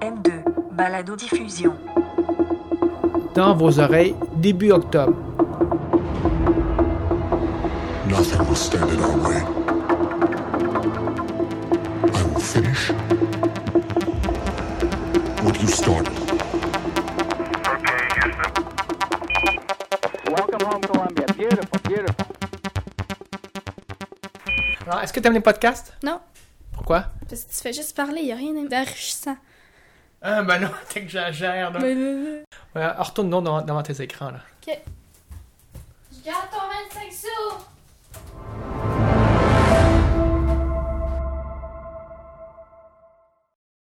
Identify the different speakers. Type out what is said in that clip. Speaker 1: M2, Balado Diffusion.
Speaker 2: Dans vos oreilles, début octobre.
Speaker 3: Nothing will stand in our way. I will finish what you started.
Speaker 4: Welcome home, Columbia. Beautiful, beautiful.
Speaker 2: Alors, est-ce que t'aimes les podcasts?
Speaker 5: Non,
Speaker 2: Pourquoi?
Speaker 5: parce que tu fais juste parler, il n'y a rien d'enrichissant.
Speaker 2: Ah, ben non, t'es que j'agère, là.
Speaker 5: Mais, mais, mais.
Speaker 2: Ouais, retourne donc devant, devant tes écrans, là.
Speaker 5: Je garde ton 25 sous!